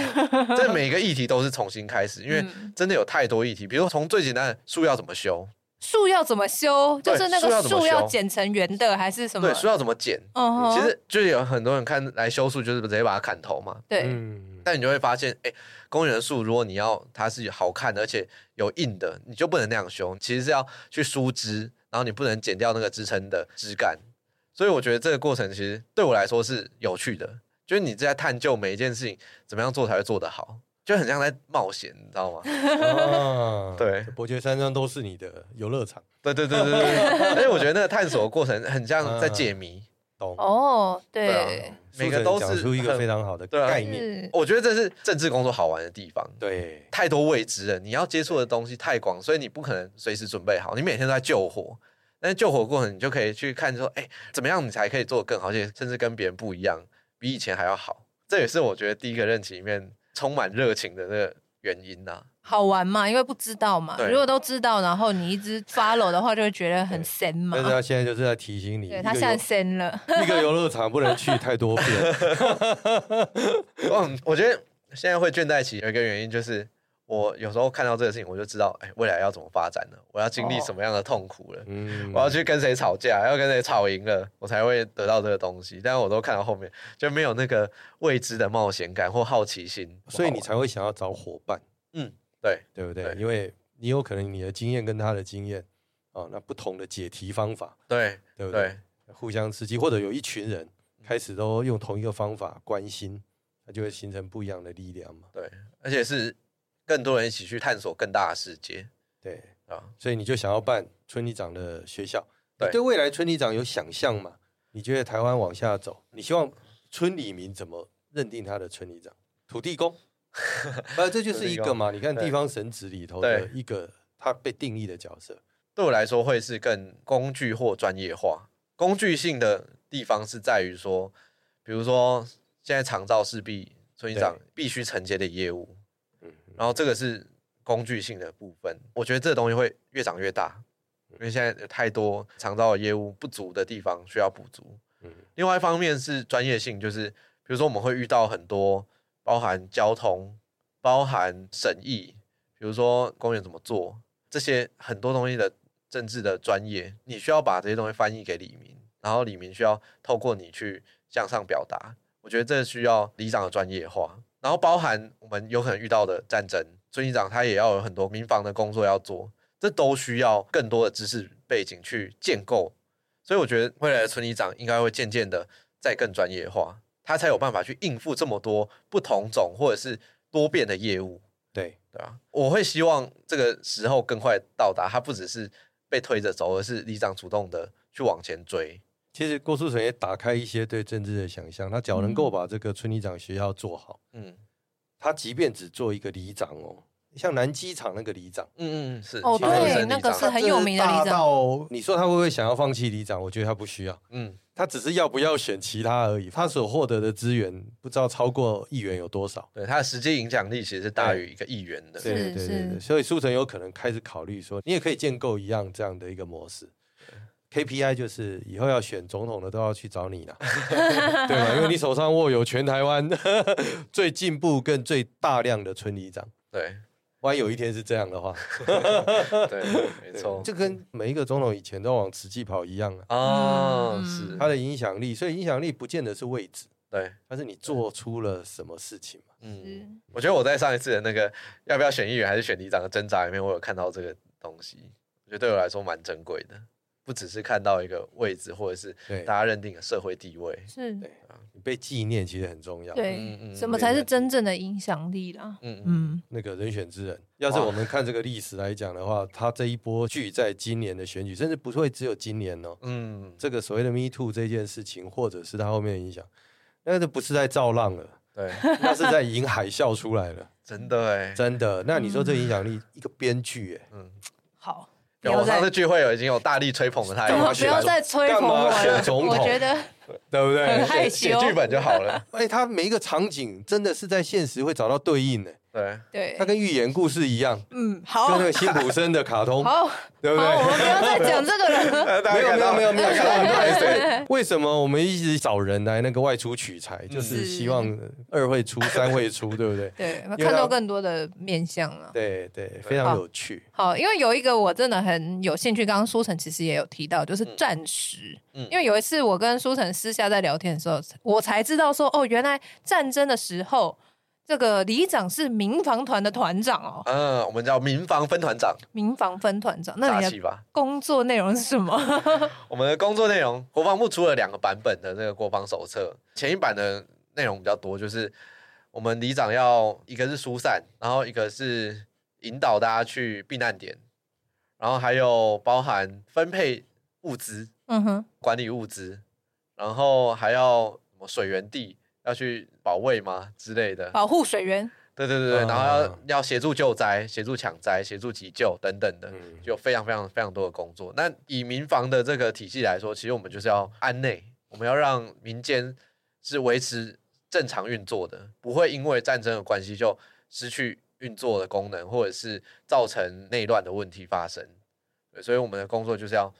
[SPEAKER 2] 这每个议题都是重新开始，因为
[SPEAKER 1] 嗯
[SPEAKER 2] 真的有太多议题，比如说从最简单的树要怎么修，
[SPEAKER 1] 树要怎么修？就
[SPEAKER 2] 对
[SPEAKER 1] 是那
[SPEAKER 2] 树
[SPEAKER 1] 个
[SPEAKER 2] 要怎么
[SPEAKER 1] 树要
[SPEAKER 2] 修
[SPEAKER 1] 剪成圆的还是什么
[SPEAKER 2] 对，？树要怎么剪，
[SPEAKER 1] 嗯哼
[SPEAKER 2] 其实就是有很多人看来修树就是直接把它砍头嘛，
[SPEAKER 1] 对，
[SPEAKER 3] 嗯，
[SPEAKER 2] 但你就会发现，哎、公园的树，如果你要它是好看的，而且有硬的，你就不能那样修，其实是要去疏枝，然后你不能剪掉那个支撑的枝干，所以我觉得这个过程其实对我来说是有趣的，就是你在探究每一件事情怎么样做才会做得好，就很像在冒险，你知道吗？
[SPEAKER 3] 啊
[SPEAKER 2] 对
[SPEAKER 3] 伯爵山庄都是你的游乐场，
[SPEAKER 2] 对对对对对， 而且我觉得那个探索的过程很像在解谜，
[SPEAKER 3] 懂？
[SPEAKER 1] 哦，
[SPEAKER 2] 对
[SPEAKER 1] 对
[SPEAKER 2] 啊，每个都
[SPEAKER 3] 苏
[SPEAKER 2] 是
[SPEAKER 3] 晨讲出一个
[SPEAKER 2] 很
[SPEAKER 3] 非常好的
[SPEAKER 2] 对啊
[SPEAKER 3] 概念，
[SPEAKER 1] 是
[SPEAKER 2] 我觉得这是政治工作好玩的地方。
[SPEAKER 3] 对，
[SPEAKER 2] 太多未知了，你要接触的东西太广，所以你不可能随时准备好。你每天都在救火，但是救火过程你就可以去看说，哎、怎么样你才可以做得更好，而且甚至跟别人不一样，比以前还要好。这也是我觉得第一个任期里面充满热情的那个原因呐、
[SPEAKER 1] 好玩嘛，因为不知道嘛。
[SPEAKER 2] 对
[SPEAKER 1] 如果都知道，然后你一直 follow 的话，就会觉得很深嘛
[SPEAKER 3] 但。是他现在就是在提醒你，
[SPEAKER 1] 对
[SPEAKER 3] 一
[SPEAKER 1] 他
[SPEAKER 3] 个
[SPEAKER 1] 现在
[SPEAKER 3] 游
[SPEAKER 1] 深了，
[SPEAKER 3] 一个游乐场不能去太多 遍，
[SPEAKER 2] 嗯，我觉得现在会倦怠期有一个原因就是，我有时候看到这个事情，我就知道，哎、未来要怎么发展了，我要经历什么样的痛苦了。
[SPEAKER 3] 嗯，
[SPEAKER 2] 我要去跟谁吵架，要跟谁吵赢了，我才会得到这个东西。但我都看到后面就没有那个未知的冒险感或好奇心，
[SPEAKER 3] 所以你才会想要找伙伴，
[SPEAKER 2] 对
[SPEAKER 3] 对不对？
[SPEAKER 2] 对
[SPEAKER 3] 因为你有可能你的经验跟他的经验，哦，那不同的解题方法，
[SPEAKER 2] 对
[SPEAKER 3] 对不对
[SPEAKER 2] 对？嗯
[SPEAKER 3] 互相刺激，或者有一群人开始都用同一个方法关心，那就会形成不一样的力量嘛。
[SPEAKER 2] 对，而且是更多人一起去探索更大的世界
[SPEAKER 3] 对，
[SPEAKER 2] 啊。
[SPEAKER 3] 所以你就想要办村里长的学校，你
[SPEAKER 2] 对
[SPEAKER 3] 对未来村里长有想象吗？你觉得台湾往下走，你希望村里民怎么认定他的村里长？土地 公，呃，这就是一个嘛。你看
[SPEAKER 2] 对
[SPEAKER 3] 地方神职里头的
[SPEAKER 2] 对
[SPEAKER 3] 一个他被定义的角色，
[SPEAKER 2] 对我来说，会是更工具或专业化。工具性的地方是在于说，比如说现在长照势必村长必须承接的业务，
[SPEAKER 3] 嗯，
[SPEAKER 2] 然后这个是工具性的部分，我觉得这东西会越长越大，
[SPEAKER 3] 嗯
[SPEAKER 2] 因为现在有太多肠道的业务不足的地方需要补足。
[SPEAKER 3] 嗯
[SPEAKER 2] 另外一方面是专业性，就是比如说我们会遇到很多包含交通、包含审议，比如说公园怎么做这些很多东西的政治的专业，你需要把这些东西翻译给李明，然后李明需要透过你去向上表达。我觉得这需要里长的专业化，然后包含我们有可能遇到的战争，村里长他也要有很多民防的工作要做，这都需要更多的知识背景去建构。所以我觉得未来的村里长应该会渐渐的再更专业化，他才有办法去应付这么多不同种或者是多变的业务。
[SPEAKER 3] 对，
[SPEAKER 2] 对啊，我会希望这个时候更快到达，它不只是被推着走，而是里长主动的去往前追。
[SPEAKER 3] 其实郭书成也打开一些对政治的想象，他只要能够把这个村里长学校做好，
[SPEAKER 2] 嗯
[SPEAKER 3] 他即便只做一个里长哦，像南机场那个里长。
[SPEAKER 2] 嗯嗯，是
[SPEAKER 1] 哦
[SPEAKER 2] 其实
[SPEAKER 3] 对
[SPEAKER 2] 是里
[SPEAKER 1] 那个
[SPEAKER 2] 长嗯
[SPEAKER 1] 是很有名的里长
[SPEAKER 3] 大到你说他会不会想要放弃里长？我觉得他不需要，
[SPEAKER 2] 嗯
[SPEAKER 3] 他只是要不要选其他而已。他所获得的资源不知道超过议员有多少。
[SPEAKER 2] 对，它的实际影响力其实是大于一个议员的。
[SPEAKER 1] 是
[SPEAKER 3] 对对对对，所以苏城有可能开始考虑说，你也可以建构一样这样的一个模式。KPI 就是以后要选总统的都要去找你 了，对吧？因为你手上握有全台湾 最进步跟最大量的村里长。
[SPEAKER 2] 对
[SPEAKER 3] 万一有一天是这样的话，
[SPEAKER 2] 对，没错。
[SPEAKER 3] 这跟每一个总统以前都往实际跑一样啊。
[SPEAKER 2] 哦
[SPEAKER 1] 嗯，
[SPEAKER 2] 是，
[SPEAKER 3] 它的影响力，所以影响力不见得是位置，
[SPEAKER 2] 对，
[SPEAKER 3] 而是你做出了什么事情嘛。
[SPEAKER 2] 嗯，我觉得我在上一次的那个要不要选议员还是选里长的挣扎里面，我有看到这个东西，我觉得对我来说蛮珍贵的，不只是看到一个位置或者是
[SPEAKER 3] 对
[SPEAKER 2] 大家认定的社会地位。
[SPEAKER 1] 是
[SPEAKER 3] 对你被纪念其实很重
[SPEAKER 2] 嗯
[SPEAKER 3] 要。，
[SPEAKER 1] 对，
[SPEAKER 2] 嗯
[SPEAKER 1] 什么才是真正的影响力啦？
[SPEAKER 2] 嗯嗯，
[SPEAKER 1] 嗯，
[SPEAKER 3] 那个人选之人，要是我们看这个历史来讲的话，他这一波剧在今年的选举，甚至不会只有今年哦。
[SPEAKER 2] 嗯，
[SPEAKER 3] 这个所谓的 Me Too 这件事情，或者是它后面的影响，那就不是在造浪了，
[SPEAKER 2] 对，
[SPEAKER 3] 那是在引海啸出来了，
[SPEAKER 2] 真的哎，
[SPEAKER 3] 真的。那你说这影响
[SPEAKER 1] 嗯
[SPEAKER 3] 力，一个编剧哎，
[SPEAKER 2] 嗯，
[SPEAKER 1] 好，不
[SPEAKER 2] 有
[SPEAKER 1] 要
[SPEAKER 2] 我上
[SPEAKER 1] 再
[SPEAKER 2] 次聚会有已经有大力吹捧了他
[SPEAKER 1] 不
[SPEAKER 3] 干
[SPEAKER 1] 要
[SPEAKER 3] 嘛
[SPEAKER 2] 了，
[SPEAKER 1] 不
[SPEAKER 3] 选
[SPEAKER 1] 要
[SPEAKER 3] 总
[SPEAKER 1] 再吹
[SPEAKER 3] 干
[SPEAKER 1] 捧
[SPEAKER 3] 嘛
[SPEAKER 1] 我
[SPEAKER 3] 选
[SPEAKER 1] 了，
[SPEAKER 3] 总
[SPEAKER 1] 我
[SPEAKER 3] 统
[SPEAKER 1] 觉 得
[SPEAKER 3] 对不
[SPEAKER 1] 很
[SPEAKER 3] 对？
[SPEAKER 1] 害
[SPEAKER 2] 写
[SPEAKER 1] 羞。
[SPEAKER 2] 剧本就好了。
[SPEAKER 3] 哎，他每一个场景真的是在现实会找到对应的，
[SPEAKER 2] 对，
[SPEAKER 1] 对
[SPEAKER 3] 它，跟寓言故事一样，
[SPEAKER 1] 嗯，好，
[SPEAKER 3] 跟
[SPEAKER 1] 好，
[SPEAKER 3] 那个辛普森的卡通，
[SPEAKER 1] 好，
[SPEAKER 3] 对
[SPEAKER 1] 我
[SPEAKER 3] 不对？
[SPEAKER 1] 们不要再讲这个了。
[SPEAKER 2] 呃大
[SPEAKER 3] 没
[SPEAKER 2] 家
[SPEAKER 3] 有
[SPEAKER 2] 看
[SPEAKER 3] 没有
[SPEAKER 2] 到
[SPEAKER 3] 没有没有，看到 很多人对为什么我们一直找人来那个外出取材，就
[SPEAKER 1] 嗯
[SPEAKER 3] 是
[SPEAKER 1] 是
[SPEAKER 3] 希望二会 出三会出，对不对？
[SPEAKER 1] 对，
[SPEAKER 3] 因为
[SPEAKER 1] 看
[SPEAKER 3] 他
[SPEAKER 1] 到更多的面相了。
[SPEAKER 3] 对对，非常有趣。
[SPEAKER 1] 好，因为有一个我真的很有兴趣，刚刚舒晨其实也有提到，就是
[SPEAKER 2] 嗯
[SPEAKER 1] 暂时。
[SPEAKER 2] 嗯
[SPEAKER 1] 因为有一次我跟舒晨私下在聊天的时候，我才知道说，哦，原来战争的时候，这个里长是民防团的团长哦，
[SPEAKER 2] 嗯，我们叫民防分团长，
[SPEAKER 1] 民防分团长。那
[SPEAKER 2] 大
[SPEAKER 1] 你的
[SPEAKER 2] 气吧。
[SPEAKER 1] 工作内容是什 么？
[SPEAKER 2] 我们的工作内容，国防部出了两个版本的那个国防手册，前一版的内容比较多，就是我们里长要一个是疏散，然后一个是引导大家去避难点，然后还有包含分配物资、
[SPEAKER 1] 嗯哼，
[SPEAKER 2] 管理物资，然后还要什么水源地要去保卫吗之类的，
[SPEAKER 1] 保护水源。
[SPEAKER 2] 对对对对，
[SPEAKER 3] 嗯
[SPEAKER 2] 然后要要协助救灾、协助抢灾、协助急救等等的，
[SPEAKER 3] 嗯
[SPEAKER 2] 就有非常非常非常多的工作。那以民防的这个体系来说，其实我们就是要安内，我们要让民间是维持正常运作的，不会因为战争的关系就失去运作的功能，或者是造成内乱的问题发生。对，所以我们的工作就是要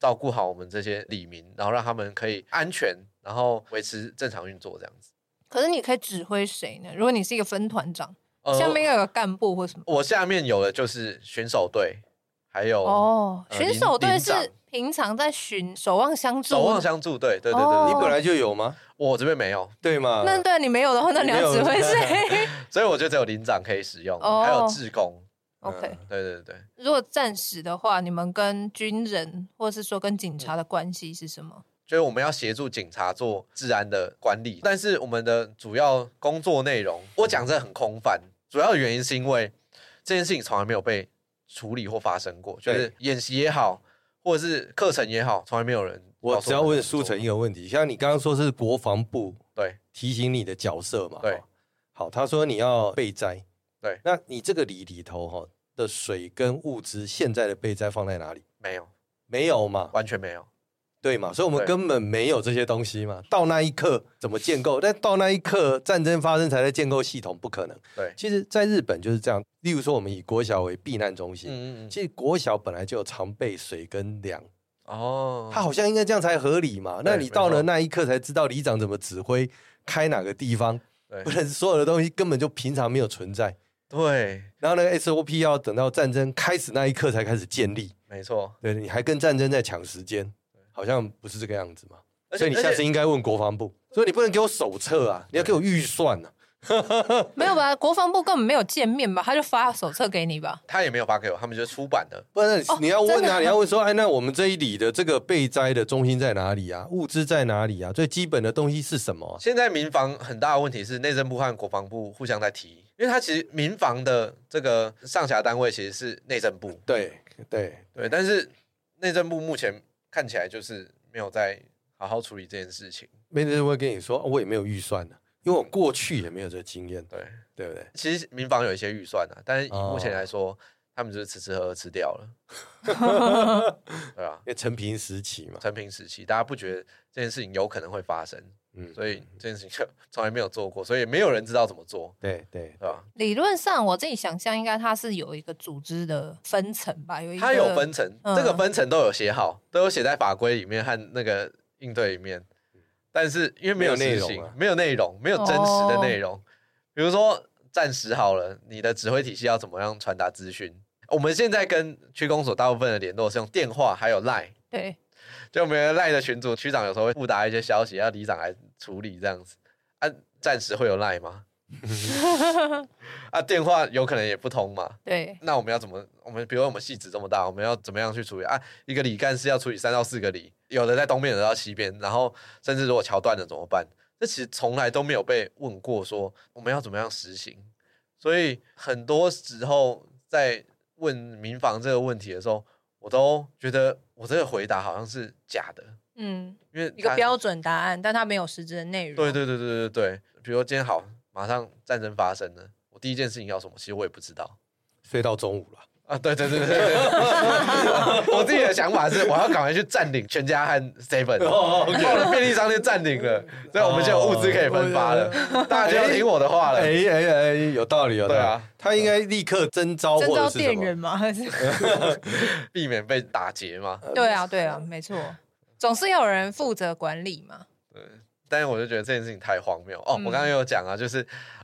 [SPEAKER 2] 照顾好我们这些里民，然后让他们可以安全，然后维持正常运作这样子。
[SPEAKER 1] 可是你可以指挥谁呢？如果你是一个分团长，
[SPEAKER 2] 呃
[SPEAKER 1] 下面要有个干部或什么？
[SPEAKER 2] 我下面有的就是选手队，还有
[SPEAKER 1] 哦，
[SPEAKER 2] 呃
[SPEAKER 1] 选
[SPEAKER 2] 领
[SPEAKER 1] 手队
[SPEAKER 2] 领长
[SPEAKER 1] 是平常在巡守望相助。
[SPEAKER 2] 守望相助队，对对对
[SPEAKER 1] 哦
[SPEAKER 2] 对
[SPEAKER 3] 你
[SPEAKER 2] 对
[SPEAKER 3] 本来就有吗？
[SPEAKER 2] 我这边没有，
[SPEAKER 3] 对吗？嗯
[SPEAKER 1] 那对啊你没有的话，那你
[SPEAKER 3] 没
[SPEAKER 1] 要
[SPEAKER 3] 有
[SPEAKER 1] 指挥谁
[SPEAKER 2] 所以我就只有领长可以使用，
[SPEAKER 1] 哦
[SPEAKER 2] 还有志工，
[SPEAKER 1] ？OK，
[SPEAKER 2] 对对对。
[SPEAKER 1] 如果战时的话，你们跟军人或是说跟警察的关系是什么？
[SPEAKER 2] 就是我们要协助警察做治安的管理，但是我们的主要工作内容，我讲这很空泛，主要的原因是因为这件事情从来没有被处理或发生过，就
[SPEAKER 3] 对
[SPEAKER 2] 是演习也好，或者是课程也好，从来没有人
[SPEAKER 3] 我
[SPEAKER 2] 告诉
[SPEAKER 3] 只要
[SPEAKER 2] 们
[SPEAKER 3] 问
[SPEAKER 2] 怎么
[SPEAKER 3] 舒
[SPEAKER 2] 做
[SPEAKER 3] 晨一个问题，像你刚刚说是国防部
[SPEAKER 2] 对
[SPEAKER 3] 提醒你的角色嘛？
[SPEAKER 2] 对
[SPEAKER 3] 哦。好，他说你要备灾。
[SPEAKER 2] 对
[SPEAKER 3] 那你这个里里头哈的水跟物资，现在的备灾放在哪里？
[SPEAKER 2] 没有，
[SPEAKER 3] 没有嘛？
[SPEAKER 2] 完全没有，
[SPEAKER 3] 对嘛？所以我们
[SPEAKER 2] 对
[SPEAKER 3] 根本没有这些东西嘛。到那一刻怎么建构？但到那一刻战争发生才在建构系统，不可能。
[SPEAKER 2] 对，
[SPEAKER 3] 其实，在日本就是这样。例如说，我们以国小为避难中心，
[SPEAKER 2] 嗯嗯嗯，
[SPEAKER 3] 其实国小本来就有常备水跟粮，
[SPEAKER 2] 哦，
[SPEAKER 3] 它好像应该这样才合理嘛。
[SPEAKER 2] 对
[SPEAKER 3] 那你到
[SPEAKER 2] 没
[SPEAKER 3] 了
[SPEAKER 2] 错
[SPEAKER 3] 那一刻才知道里长怎么指挥，开哪个地方，
[SPEAKER 2] 对
[SPEAKER 3] 不然所有的东西根本就平常没有存在。
[SPEAKER 2] 对，
[SPEAKER 3] 然后那个 SOP 要等到战争开始那一刻才开始建立，
[SPEAKER 2] 没错，
[SPEAKER 3] 对，你还跟战争在抢时间，好像不是这个样子嘛。
[SPEAKER 2] 而且
[SPEAKER 3] 所以你下次应该问国防部，所以你不能给我手册啊，你要给我预算
[SPEAKER 1] 哦
[SPEAKER 3] 啊。
[SPEAKER 1] 没有吧？国防部根本没有见面吧？他就发手册给你吧？
[SPEAKER 2] 他也没有发给我，他们就是出版的。
[SPEAKER 3] 不然
[SPEAKER 1] 哦
[SPEAKER 3] 你要问
[SPEAKER 1] 真的
[SPEAKER 3] 啊，
[SPEAKER 1] 啊
[SPEAKER 3] 你要问说，哎，那我们这一里的这个备灾的中心在哪里啊？物资在哪里啊？最基本的东西是什么啊、
[SPEAKER 2] 现在民防很大的问题是内政部和国防部互相在提，因为它其实民防的这个上辖单位其实是内政部，
[SPEAKER 3] 对对，
[SPEAKER 2] 对，但是内政部目前看起来就是没有在好好处理这件事情。
[SPEAKER 3] 没人会跟你说，哦我也没有预算的、因为我过去也没有这个经验，
[SPEAKER 2] 对，
[SPEAKER 3] 对不对？
[SPEAKER 2] 其实民防有一些预算啊，但是以
[SPEAKER 3] 哦
[SPEAKER 2] 目前来说，他们就是吃吃喝喝吃 掉了，对啊
[SPEAKER 3] 因，为成平时期嘛，
[SPEAKER 2] 成平时期大家不觉得这件事情有可能会发生，
[SPEAKER 3] 嗯，
[SPEAKER 2] 所以这件事情就 从来没有做过，所以没有人知道怎么做，
[SPEAKER 3] 对对
[SPEAKER 2] 对吧？
[SPEAKER 1] 理论上，我自己想象应该它是有一个组织的分层吧，有一个
[SPEAKER 2] 它有分层，
[SPEAKER 1] 嗯
[SPEAKER 2] 这个分层都有写好，都有写在法规里面和那个应对里面。但是因为没有
[SPEAKER 3] 嗯没有内
[SPEAKER 2] 实
[SPEAKER 3] 容
[SPEAKER 2] 行
[SPEAKER 3] 啊，
[SPEAKER 2] 没有内容，没有真实
[SPEAKER 1] 哦
[SPEAKER 2] 的内容。比如说暂时好了，你的指挥体系要怎么样传达资讯？我们现在跟区公所大部分的联络是用电话，还有 Line，
[SPEAKER 1] 对，
[SPEAKER 2] 就我们 Line 的群组区长有时候会复达一些消息，要里长来处理这样子。啊，暂时会有 Line 吗？啊，电话有可能也不通嘛。
[SPEAKER 1] 对，
[SPEAKER 2] 那我们要怎么？我们比如我们戏子这么大，我们要怎么样去处理啊？一个里干事要处理三到四个里，有的在东边，有的到西边，然后甚至如果桥断了怎么办？这其实从来都没有被问过说我们要怎么样实行。所以很多时候在问民房这个问题的时候，我都觉得我这个回答好像是假的，
[SPEAKER 1] 嗯，
[SPEAKER 2] 因为
[SPEAKER 1] 一个
[SPEAKER 2] 它
[SPEAKER 1] 标准答案，但它没有实质的内容。
[SPEAKER 2] 对对对对对对，比如说今天好，马上战争发生了，我第一件事情要什么？其实我也不知道。
[SPEAKER 3] 睡到中午 了。
[SPEAKER 2] 啊，对对对对对对，我自己的想法是，我要赶快去占领全家和 Seven，
[SPEAKER 3] 哦，OK
[SPEAKER 2] 我的便利商店占领了，所以我们就有物资可以分发了，大家就要听我的话了。
[SPEAKER 3] 哎哎哎，有道理，有道
[SPEAKER 2] 对
[SPEAKER 3] 理。
[SPEAKER 2] 啊
[SPEAKER 3] 他应该立刻征召或
[SPEAKER 1] 征
[SPEAKER 3] 者
[SPEAKER 1] 召
[SPEAKER 3] 是什
[SPEAKER 1] 店
[SPEAKER 3] 么呃
[SPEAKER 1] 员？吗？还是
[SPEAKER 2] 避免被打劫嘛。
[SPEAKER 1] 对啊，对啊，没 错，总是要有人负责管理嘛。
[SPEAKER 2] 但是我就觉得这件事情太荒谬哦！
[SPEAKER 1] 嗯
[SPEAKER 2] 我刚刚有讲啊，就是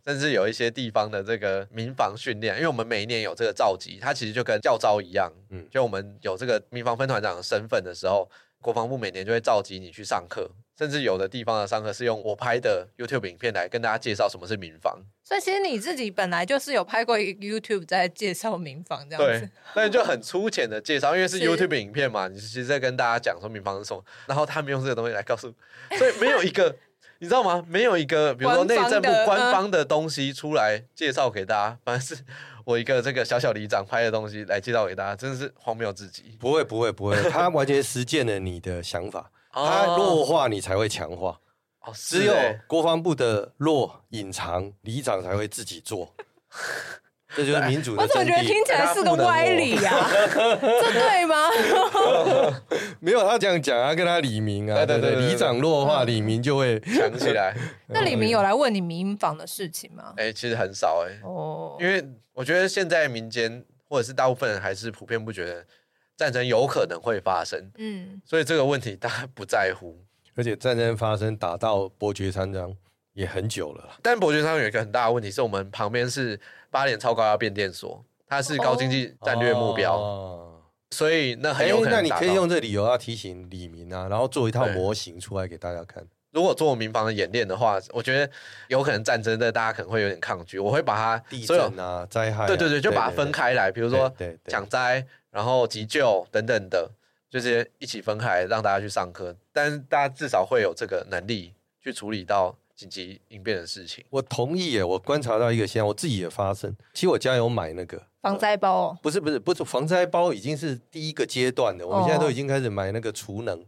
[SPEAKER 2] 甚至有一些地方的这个民防训练，因为我们每一年有这个召集，它其实就跟教招一样，
[SPEAKER 3] 嗯
[SPEAKER 2] 嗯，就我们有这个民防分团长的身份的时候，国防部每年就会召集你去上课，甚至有的地方的上课是用我拍的 YouTube 影片来跟大家介绍什么是民房，
[SPEAKER 1] 所以其实你自己本来就是有拍过一个 YouTube 在介绍民房这样
[SPEAKER 2] 对
[SPEAKER 1] 子，，
[SPEAKER 2] 那你就很粗浅的介绍，因为是
[SPEAKER 1] 是
[SPEAKER 2] YouTube 影片嘛，你其实在跟大家讲说民房是什么，然后他们用这个东西来告诉，所以没有一 个你知道吗？没有一个比如说内
[SPEAKER 1] 官方
[SPEAKER 2] 政部
[SPEAKER 1] 的
[SPEAKER 2] 官
[SPEAKER 1] 嗯
[SPEAKER 2] 方的东西出来介绍给大家，反而是我一个这个小小里长拍的东西来介绍给大家，真的是荒谬至极。
[SPEAKER 3] 不会不会不会，他完全实践了你的想法，他
[SPEAKER 2] 哦
[SPEAKER 3] 弱化你才会强化。
[SPEAKER 2] 哦，是
[SPEAKER 3] 只有
[SPEAKER 2] 欸
[SPEAKER 3] 国防部的弱隐藏，里长才会自己做， 这就是民主
[SPEAKER 1] 我
[SPEAKER 3] 的
[SPEAKER 1] 怎么
[SPEAKER 3] 真
[SPEAKER 1] 觉得听
[SPEAKER 3] 谛。
[SPEAKER 1] 起来是个歪理呀、这对吗？
[SPEAKER 3] 没有他这样讲啊，跟他李明啊，
[SPEAKER 2] 对
[SPEAKER 3] 对
[SPEAKER 2] 对
[SPEAKER 3] 不
[SPEAKER 2] 对
[SPEAKER 3] 对，
[SPEAKER 2] 对对
[SPEAKER 3] 里长弱化，李明就会
[SPEAKER 2] 想起来，
[SPEAKER 1] 那李
[SPEAKER 3] 嗯
[SPEAKER 1] 明有来问你民房的事情吗？
[SPEAKER 2] 哎、其实很少哎、
[SPEAKER 1] 哦，
[SPEAKER 2] 因为我觉得现在民间或者是大部分人还是普遍不觉得战争有可能会发生，
[SPEAKER 1] 嗯，
[SPEAKER 2] 所以这个问题大家不在乎。
[SPEAKER 3] 而且战争发生打到伯爵山庄也很久了啦，
[SPEAKER 2] 但伯爵上有一个很大的问题，是我们旁边是八点超高压变电所，它是高经济战略目标，
[SPEAKER 3] 哦
[SPEAKER 2] 所以那很
[SPEAKER 3] 哎
[SPEAKER 2] 有可能、
[SPEAKER 3] 那你可以用，这理由要提醒李明啊，然后做一套模型出来给大家看。
[SPEAKER 2] 如果做民防的演练的话，我觉得有可能战争的大家可能会有点抗拒，我会把它
[SPEAKER 3] 地
[SPEAKER 2] 所有
[SPEAKER 3] 震啊，灾害啊、
[SPEAKER 2] 对对对，就把它分开来，比如
[SPEAKER 3] 对，
[SPEAKER 2] 说
[SPEAKER 3] 对对对
[SPEAKER 2] 抢灾，然后急救等等的，就是一起分开让大家去上课，但是大家至少会有这个能力去处理到紧急应变的事情。
[SPEAKER 3] 我同意耶，我观察到一个现象，我自己也发生。其实我家有买那个，
[SPEAKER 1] 防灾包哦，
[SPEAKER 3] 不是不是不是防灾包，已经是第一个阶段的。我们
[SPEAKER 1] 哦
[SPEAKER 3] 现在都已经开始买那个储能，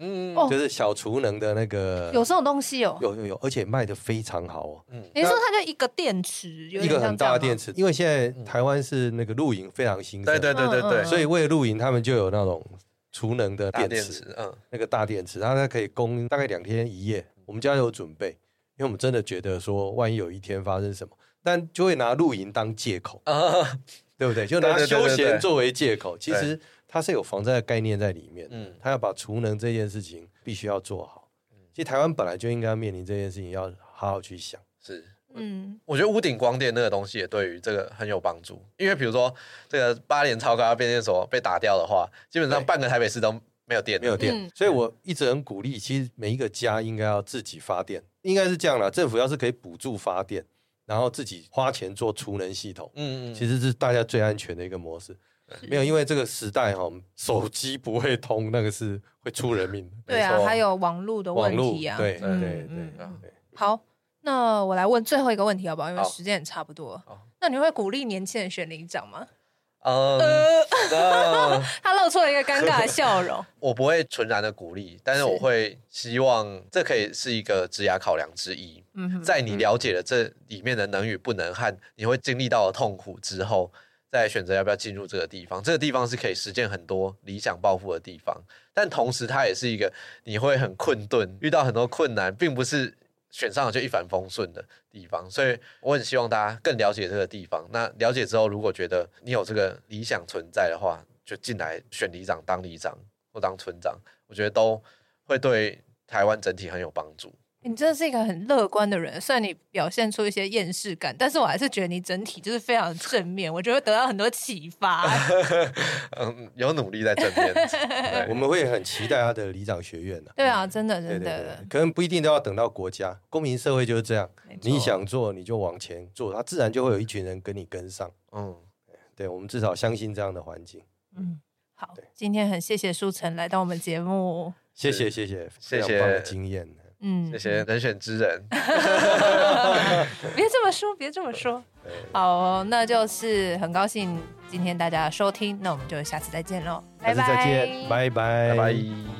[SPEAKER 2] 嗯，
[SPEAKER 1] 哦
[SPEAKER 3] 就是小储能的那个，
[SPEAKER 1] 有这种东西哦。
[SPEAKER 3] 有有有，而且卖的非常好哦。
[SPEAKER 2] 嗯
[SPEAKER 1] 你是说它就一个电池，有
[SPEAKER 3] 一
[SPEAKER 1] 点
[SPEAKER 3] 个
[SPEAKER 1] 像
[SPEAKER 3] 很
[SPEAKER 1] 这
[SPEAKER 3] 大
[SPEAKER 1] 样
[SPEAKER 3] 的
[SPEAKER 1] 吗
[SPEAKER 3] 电池，因为现在台湾是那个露营非常兴盛，
[SPEAKER 2] 嗯对对对对对，
[SPEAKER 1] 嗯
[SPEAKER 3] 所以为了露营，他们就有那种储能的
[SPEAKER 2] 大
[SPEAKER 3] 电
[SPEAKER 2] 电
[SPEAKER 3] 池，
[SPEAKER 2] 池，嗯，
[SPEAKER 3] 那个大电池，然后它可以供大概两天一夜。我们家有准备，因为我们真的觉得说，万一有一天发生什么，但就会拿露营当借口，
[SPEAKER 2] 啊，
[SPEAKER 3] 对不对？就拿
[SPEAKER 2] 对对对
[SPEAKER 3] 休
[SPEAKER 2] 对对
[SPEAKER 3] 闲作为借口，其实它是有防灾的概念在里面。
[SPEAKER 2] 嗯
[SPEAKER 3] 他要把储能这件事情必须要做好。其实台湾本来就应该面临这件事情，要好好去想。
[SPEAKER 2] 是。
[SPEAKER 1] 嗯，
[SPEAKER 2] 我觉得屋顶光电那个东西也对于这个很有帮助，因为比如说这个八连超高压变电所被打掉的话，基本上
[SPEAKER 3] 对
[SPEAKER 2] 半个台北市都没有电了，
[SPEAKER 3] 没有电，
[SPEAKER 1] 嗯
[SPEAKER 3] 所以我一直很鼓励，其实每一个家应该要自己发电，应该是这样啦。政府要是可以补助发电，然后自己花钱做储能系统，
[SPEAKER 2] 嗯，嗯嗯，
[SPEAKER 3] 其实是大家最安全的一个模式。没有，因为这个时代哈、手机不会通，那个是会出人命的。
[SPEAKER 1] 对
[SPEAKER 2] 没
[SPEAKER 1] 啊，
[SPEAKER 2] 错
[SPEAKER 1] 还有网络的
[SPEAKER 3] 网
[SPEAKER 1] 问
[SPEAKER 3] 络
[SPEAKER 1] 题啊。
[SPEAKER 3] 对对
[SPEAKER 1] 嗯
[SPEAKER 3] 对
[SPEAKER 1] 嗯
[SPEAKER 3] 对
[SPEAKER 2] 嗯
[SPEAKER 3] 对，
[SPEAKER 1] 好，那我来问最后一个问题好不好？因为
[SPEAKER 2] 好
[SPEAKER 1] 时间也差不多了
[SPEAKER 2] 好。
[SPEAKER 1] 那你会鼓励年轻人选里长吗？
[SPEAKER 2] 嗯，
[SPEAKER 1] 呃，
[SPEAKER 2] 那
[SPEAKER 1] 他露出了一个尴尬的笑 容。
[SPEAKER 2] 我不会纯然的鼓励，但是
[SPEAKER 1] 是
[SPEAKER 2] 我会希望这可以是一个职涯考量之一。
[SPEAKER 1] 嗯哼，
[SPEAKER 2] 在你了解了这里面的能与不能和你会经历到的痛苦之后，再选择要不要进入这个地方。这个地方是可以实践很多理想抱负的地方，但同时它也是一个你会很困顿，遇到很多困难，并不是选上了就一帆风顺的地方。所以我很希望大家更了解这个地方。那了解之后，如果觉得你有这个理想存在的话，就进来选里长、当里长或当村长，我觉得都会对台湾整体很有帮助。
[SPEAKER 1] 你真的是一个很乐观的人，虽然你表现出一些厌世感，但是我还是觉得你整体就是非常正面，我觉得会得到很多启 发。
[SPEAKER 2] 嗯，有努力在正面。对
[SPEAKER 3] 我们会很期待他的里长学院的、
[SPEAKER 1] 对啊，真的
[SPEAKER 3] 对
[SPEAKER 1] 真
[SPEAKER 3] 对
[SPEAKER 1] 的
[SPEAKER 3] 对，，可能不一定都要等到国家，公民社会就是这样
[SPEAKER 1] 没，错
[SPEAKER 3] 你想做你就往前做，他自然就会有一群人跟你跟上。
[SPEAKER 2] 嗯，
[SPEAKER 3] 对，我们至少相信这样的环境。
[SPEAKER 1] 嗯，好
[SPEAKER 3] 对，
[SPEAKER 1] 今天很谢谢舒晨来到我们节目，
[SPEAKER 3] 谢谢谢谢，
[SPEAKER 2] 谢谢
[SPEAKER 3] 非常棒的经验。
[SPEAKER 1] 嗯，
[SPEAKER 2] 谢谢人选之人，
[SPEAKER 1] 别这么说，别这么说。好哦，那就是很高兴今天大家的收听，那我们就下次再见喽，
[SPEAKER 3] 下
[SPEAKER 1] 拜
[SPEAKER 3] 次
[SPEAKER 1] 拜，
[SPEAKER 3] 再见，拜拜
[SPEAKER 2] 拜拜。
[SPEAKER 3] 嗯